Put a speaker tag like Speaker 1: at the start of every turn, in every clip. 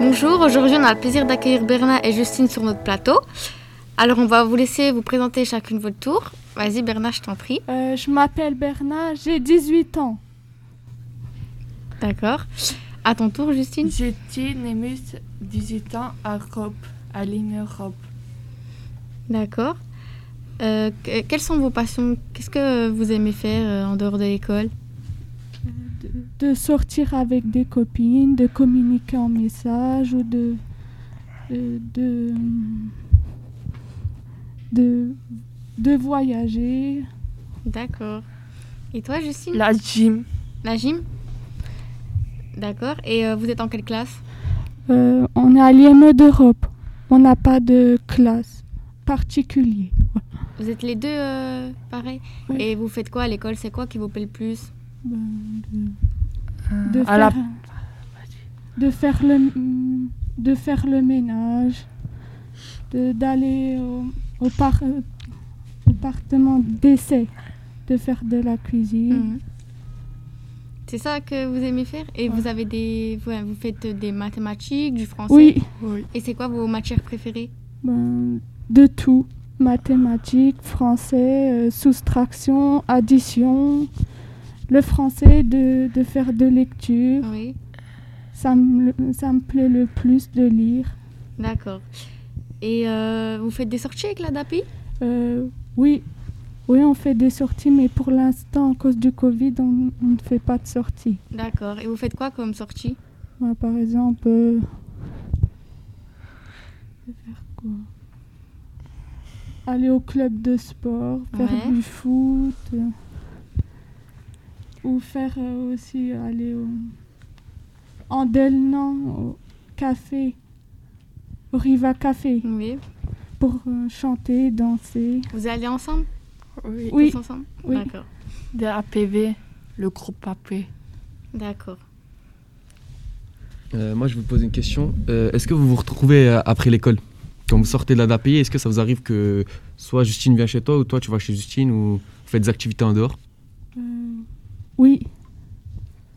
Speaker 1: Bonjour, aujourd'hui on a le plaisir d'accueillir Bernard et Justine sur notre plateau. Alors on va vous laisser vous présenter chacune votre tour. Vas-y Bernard, je t'en prie.
Speaker 2: Euh, je m'appelle Bernard, j'ai 18 ans.
Speaker 1: D'accord. À ton tour Justine.
Speaker 3: J'étais Némus, 18 ans, à Rop, à Ligne Rop.
Speaker 1: D'accord. Euh, que- quelles sont vos passions Qu'est-ce que vous aimez faire euh, en dehors de l'école
Speaker 2: De sortir avec des copines, de communiquer en message ou de. de. de, de, de voyager.
Speaker 1: D'accord. Et toi Justine
Speaker 3: La gym.
Speaker 1: La gym D'accord. Et euh, vous êtes en quelle classe
Speaker 2: Euh, on est à l'IME d'Europe. On n'a pas de classe particulière.
Speaker 1: Vous êtes les deux euh, pareils
Speaker 2: Oui.
Speaker 1: Et vous faites quoi à l'école C'est quoi qui vous plaît le plus
Speaker 2: Euh, de- de
Speaker 3: à
Speaker 2: faire,
Speaker 3: la
Speaker 2: de faire le mm, de faire le ménage de- d'aller au, au par- euh, au appartement d'essai de faire de la
Speaker 3: Mm.
Speaker 2: cuisine
Speaker 1: Mhm. C'est ça que vous aimez faire Et vous avez des ouais, vous faites des mathématiques, du français
Speaker 2: oui
Speaker 3: Oui.
Speaker 1: Et c'est quoi vos matières préférées
Speaker 2: ben, de tout mathématiques français euh, soustraction addition le français de, de faire de lecture
Speaker 1: Oui.
Speaker 2: ça me ça me plaît le plus de lire
Speaker 1: D'accord. Et euh, vous faites des sorties avec la DAPI
Speaker 2: Euh, oui. Oui, on fait des sorties, mais pour l'instant, à cause du Covid, on, on ne fait pas de sorties.
Speaker 1: D'accord. Et vous faites quoi comme sortie
Speaker 2: Moi, par exemple, euh, je vais faire quoi aller au club de sport, faire
Speaker 1: Ouais.
Speaker 2: du foot, euh, ou faire euh, aussi aller au, en Delnan, au café, au Riva Café,
Speaker 1: Oui.
Speaker 2: pour euh, chanter, danser.
Speaker 1: Vous allez ensemble
Speaker 3: Oui.
Speaker 2: Oui.
Speaker 1: Tous ensemble
Speaker 2: Oui.
Speaker 1: D'accord.
Speaker 3: De APV, le groupe AP.
Speaker 1: D'accord.
Speaker 4: Euh, moi, je vous pose une question. Euh, est-ce que vous vous retrouvez euh, après l'école Quand vous sortez de la DAPI, est-ce que ça vous arrive que soit Justine vient chez toi ou toi tu vas chez Justine ou vous faites des activités en dehors
Speaker 2: Euh, oui.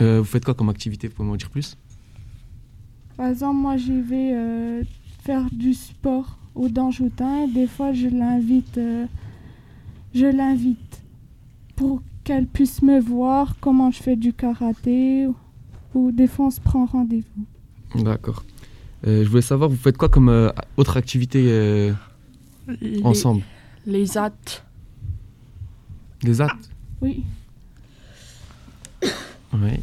Speaker 4: Euh, Vous faites quoi comme activité Vous pouvez m'en dire plus
Speaker 2: Par exemple, moi, j'y vais euh, faire du sport au Danjoutin et des fois, je l'invite, euh, je l'invite pour qu'elle puisse me voir comment je fais du karaté ou, ou des fois, on se prend rendez-vous.
Speaker 4: D'accord. Euh, je voulais savoir, vous faites quoi comme euh, autre activité euh,
Speaker 3: Les-
Speaker 4: ensemble
Speaker 3: Les actes.
Speaker 4: Des actes
Speaker 2: Oui.
Speaker 4: Ouais.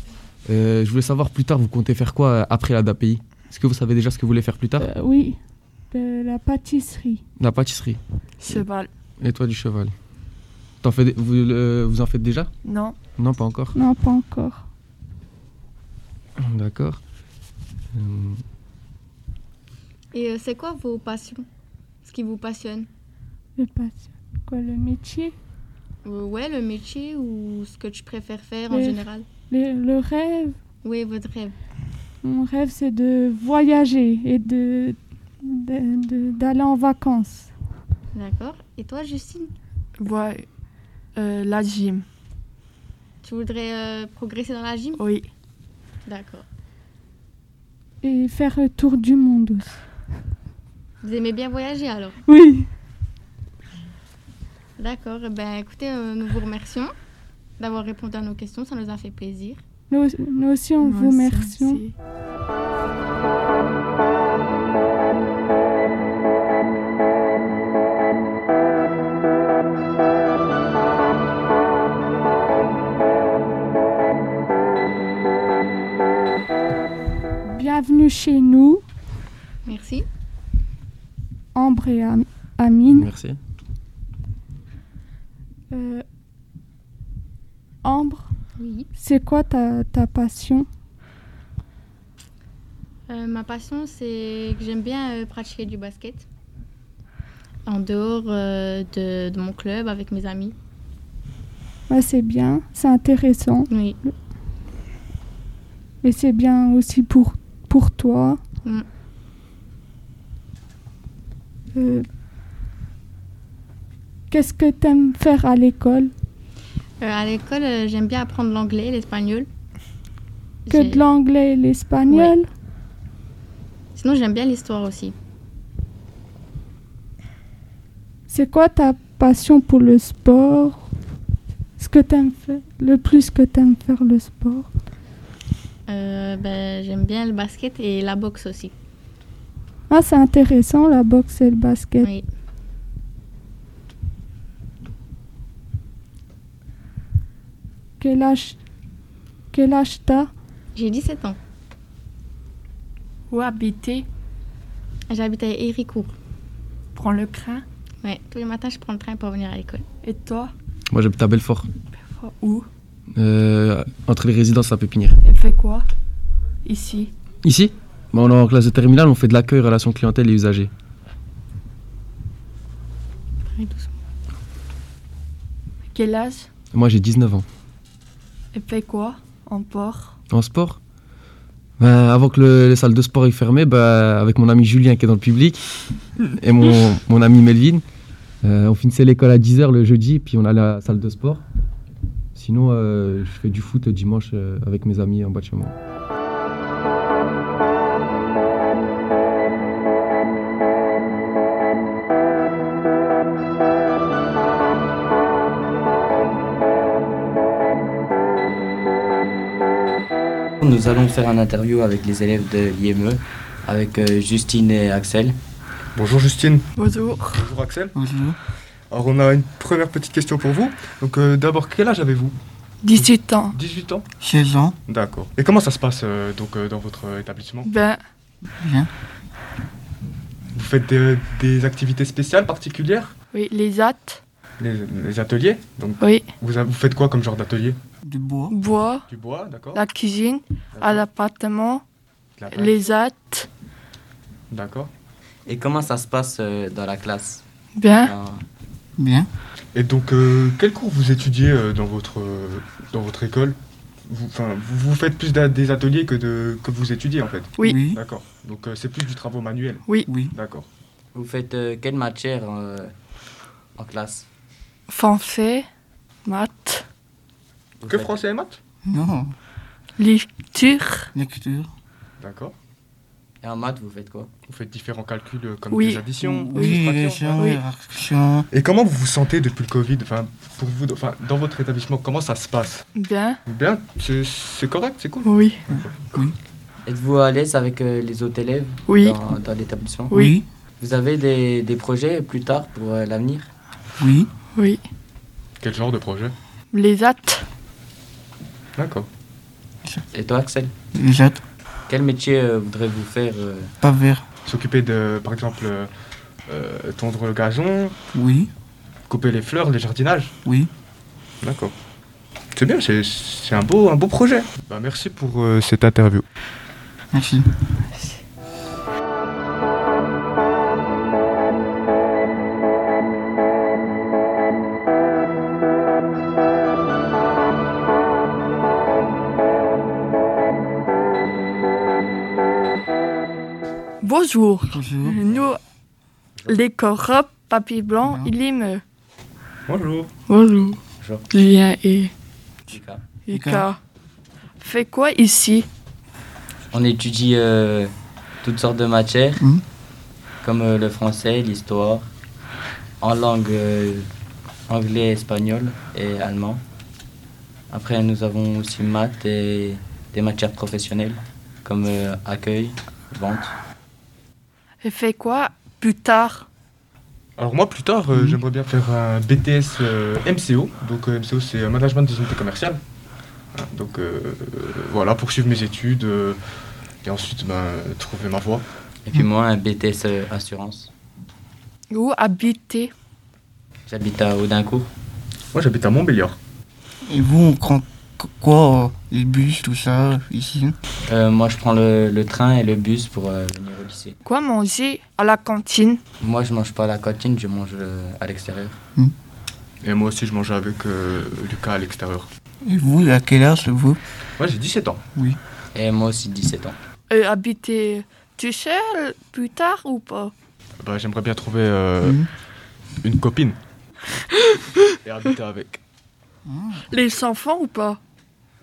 Speaker 4: Euh, je voulais savoir plus tard, vous comptez faire quoi euh, après la DAPI Est-ce que vous savez déjà ce que vous voulez faire plus tard
Speaker 2: Euh, oui. De la pâtisserie.
Speaker 4: La pâtisserie.
Speaker 3: Cheval.
Speaker 4: Et toi du cheval. T'en fais des- vous, euh, vous en faites déjà
Speaker 3: Non.
Speaker 4: Non, pas encore.
Speaker 2: Non, pas encore.
Speaker 4: D'accord. Euh,
Speaker 1: Et euh, c'est quoi vos passions Ce qui vous passionne
Speaker 2: Le passion. Quoi, le métier
Speaker 1: Euh, Ouais, le métier ou ce que tu préfères faire en
Speaker 2: Oui.
Speaker 1: général
Speaker 2: Les- Le rêve
Speaker 1: Oui, votre rêve.
Speaker 2: Mon rêve, c'est de voyager et de, de- de- d'aller en vacances.
Speaker 1: D'accord. Et toi, Justine
Speaker 3: Ouais. Euh, la gym.
Speaker 1: Tu voudrais euh, progresser dans la gym
Speaker 3: Oui.
Speaker 1: D'accord.
Speaker 2: Et faire le tour du monde aussi.
Speaker 1: Vous aimez bien voyager alors
Speaker 2: Oui.
Speaker 1: D'accord. Eh Ben, écoutez, euh, nous vous remercions d'avoir répondu à nos questions. Ça nous a fait plaisir.
Speaker 2: Nous, nous aussi, on vous
Speaker 3: Moi aussi,
Speaker 2: remercie.
Speaker 3: merci.
Speaker 2: Bienvenue chez nous,
Speaker 1: Merci.
Speaker 2: Ambre et Am- Amine.
Speaker 4: Merci.
Speaker 2: Euh, Ambre,
Speaker 1: Oui.
Speaker 2: c'est quoi ta, ta passion
Speaker 1: Euh, ma passion, c'est que j'aime bien euh, pratiquer du basket en dehors euh, de, de mon club avec mes amis.
Speaker 2: Ouais, C'est bien, c'est intéressant,
Speaker 1: Oui.
Speaker 2: mais c'est bien aussi pour, pour toi.
Speaker 1: Mm.
Speaker 2: Euh, Qu'est-ce que tu aimes faire à l'école
Speaker 1: Euh, à l'école, euh, j'aime bien apprendre l'anglais, l'espagnol.
Speaker 2: Que
Speaker 1: J'ai-
Speaker 2: de l'anglais et l'espagnol
Speaker 1: Sinon, j'aime bien l'histoire aussi.
Speaker 2: C'est quoi ta passion pour le sport Ce que t'aimes faire Le plus que t'aimes faire le sport
Speaker 1: Euh, ben, j'aime bien le basket et la boxe aussi.
Speaker 2: Ah, c'est intéressant la boxe et le basket.
Speaker 1: Oui.
Speaker 2: Quel âge Quel âge t'as
Speaker 1: J'ai 17 ans.
Speaker 3: Où habiter
Speaker 1: J'habite à Héricourt.
Speaker 3: Prends le train.
Speaker 1: Ouais, tous les matins, je prends le train pour venir à l'école.
Speaker 3: Et toi
Speaker 4: Moi, j'habite à Belfort,
Speaker 3: Où
Speaker 4: euh, entre les résidences à Pépinière.
Speaker 3: Elle fait quoi Ici.
Speaker 4: Ici, bah, on est en classe de terminale, on fait de l'accueil, relations clientèle et usagers.
Speaker 1: Pareil, doucement.
Speaker 3: Quel âge
Speaker 4: Moi, j'ai 19 ans.
Speaker 3: Elle fait quoi En port
Speaker 4: En sport Ben, Avant que le- les salles de sport aient fermé, ben, avec mon ami Julien qui est dans le public et mon, mon ami Melvin, euh, on finissait l'école à 10h le jeudi, puis on allait à la salle de sport. Sinon, euh, je fais du foot dimanche euh, avec mes amis en bas de chez moi.
Speaker 5: Nous allons faire un interview avec les élèves de l'IME, avec euh, Justine et Axel.
Speaker 6: Bonjour Justine.
Speaker 3: Bonjour.
Speaker 6: Bonjour Axel. Alors on a une première petite question pour vous. Donc euh, d'abord, quel âge avez-vous
Speaker 3: 18 ans.
Speaker 6: 18 ans.
Speaker 7: 16 ans,
Speaker 6: D'accord. Et comment ça se passe euh, donc euh, dans votre euh, établissement
Speaker 3: Ben,
Speaker 7: bien.
Speaker 6: Vous faites des, des activités spéciales particulières
Speaker 3: oui, les hâtes.
Speaker 6: les, les ateliers. Donc
Speaker 3: Oui.
Speaker 6: vous, a- vous faites quoi comme genre d'atelier
Speaker 7: Du bois,
Speaker 3: Bois,
Speaker 6: Du bois, d'accord.
Speaker 3: la cuisine, à l'appartement,
Speaker 6: de la pâte,
Speaker 3: Bah, les hâtes.
Speaker 6: D'accord.
Speaker 5: Et comment ça se passe euh, dans la classe
Speaker 3: Ben,
Speaker 5: Dans-
Speaker 7: bien.
Speaker 6: Et donc euh, quel cours vous étudiez euh, dans votre euh, dans votre école vous, enfin, vous vous faites plus d'a- des ateliers que de que vous étudiez en fait.
Speaker 3: Oui.
Speaker 7: Oui,
Speaker 6: D'accord. Donc euh, c'est plus du travail manuel.
Speaker 7: oui.
Speaker 6: D'accord.
Speaker 5: Vous faites euh, quelle matière euh, en classe
Speaker 3: français, maths,
Speaker 5: Vous
Speaker 6: Que
Speaker 5: faites-
Speaker 6: français et maths
Speaker 7: Non,
Speaker 3: lecture.
Speaker 7: lecture.
Speaker 6: D'accord.
Speaker 5: Et en maths, vous faites quoi
Speaker 6: Vous faites différents calculs euh, comme
Speaker 3: Oui.
Speaker 6: des additions,
Speaker 7: Oui,
Speaker 6: des
Speaker 7: régression,
Speaker 3: oui.
Speaker 7: réaction.
Speaker 6: Et comment vous vous sentez depuis le Covid enfin, pour vous, enfin, Dans votre établissement, comment ça se passe
Speaker 3: Ben,
Speaker 6: Bien, c'est- c'est correct, c'est cool.
Speaker 3: oui,
Speaker 5: Êtes-vous à l'aise avec euh, les autres élèves
Speaker 3: oui,
Speaker 5: dans, dans l'établissement
Speaker 7: Oui,
Speaker 5: Vous avez des, des projets plus tard pour euh, l'avenir
Speaker 7: oui.
Speaker 3: oui.
Speaker 6: Quel genre de projet
Speaker 3: Les hâtes.
Speaker 6: D'accord.
Speaker 5: Et toi, Axel
Speaker 7: Les autres,
Speaker 5: Quel métier euh, voudrez-vous faire euh,
Speaker 7: pas vert.
Speaker 6: S'occuper de, par exemple, euh, euh, tondre le gazon,
Speaker 7: Oui,
Speaker 6: couper les fleurs, les jardinages.
Speaker 7: oui.
Speaker 6: D'accord. C'est bien, c'est- c'est un beau, un beau projet. Bah, merci pour euh, cette interview.
Speaker 7: Merci.
Speaker 3: Bonjour.
Speaker 7: Bonjour.
Speaker 3: Nous, les corps, papier blanc,
Speaker 7: Non.
Speaker 3: il est mieux.
Speaker 6: Bonjour.
Speaker 3: Bonjour.
Speaker 5: Bonjour.
Speaker 3: Julien et
Speaker 5: Lucas
Speaker 3: Ika. Fais quoi ici
Speaker 5: On étudie euh, toutes sortes de matières,
Speaker 7: Mhm.
Speaker 5: comme euh, le français, l'histoire, en langue euh, anglais, espagnol et allemand. Après, nous avons aussi maths et des matières professionnelles, comme euh, accueil, vente.
Speaker 3: Et fais quoi plus tard
Speaker 6: Alors moi, plus tard, euh,
Speaker 7: Mhm.
Speaker 6: j'aimerais bien faire un BTS euh, MCO. Donc euh, MCO, c'est euh, Management des unités commerciales. Hein, Donc euh, euh, voilà, poursuivre mes études euh, et ensuite ben, euh, trouver ma voie.
Speaker 5: Et puis moi, un BTS euh, assurance.
Speaker 3: Où habiter
Speaker 5: J'habite à Audincourt.
Speaker 6: Moi, j'habite à Montbéliard.
Speaker 7: Et vous, on prend qu- quoi euh, Les bus, tout ça, ici
Speaker 5: Euh, moi, je prends le, le train et le bus pour euh, venir au lycée.
Speaker 3: Quoi manger à la cantine
Speaker 5: Moi, je mange pas à la cantine, je mange euh, à l'extérieur.
Speaker 6: Et moi aussi, je mangeais avec euh, Lucas à l'extérieur.
Speaker 7: Et vous, à quel âge vous
Speaker 6: Moi, j'ai 17 ans.
Speaker 5: Et moi aussi, 17 ans.
Speaker 3: Et Euh, Habiter tout seul plus tard ou pas
Speaker 6: Bah, j'aimerais bien trouver euh,
Speaker 7: Mhm.
Speaker 6: une copine et habiter avec.
Speaker 3: Les enfants ou pas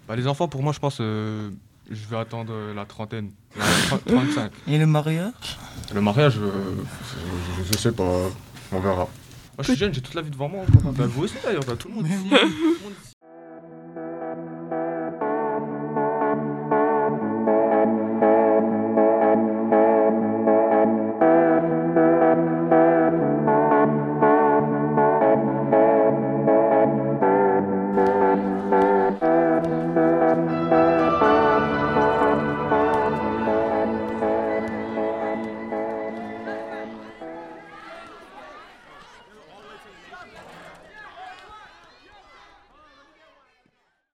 Speaker 6: Bah, les enfants, pour moi, je pense, euh, je vais attendre euh, la trentaine. Non, 30 35.
Speaker 7: Et le mariage
Speaker 6: Le mariage, euh, je, je- je sais pas, on verra. Moi je suis jeune, j'ai toute la vie devant moi encore. Bah, vous aussi d'ailleurs, bah, tout le monde.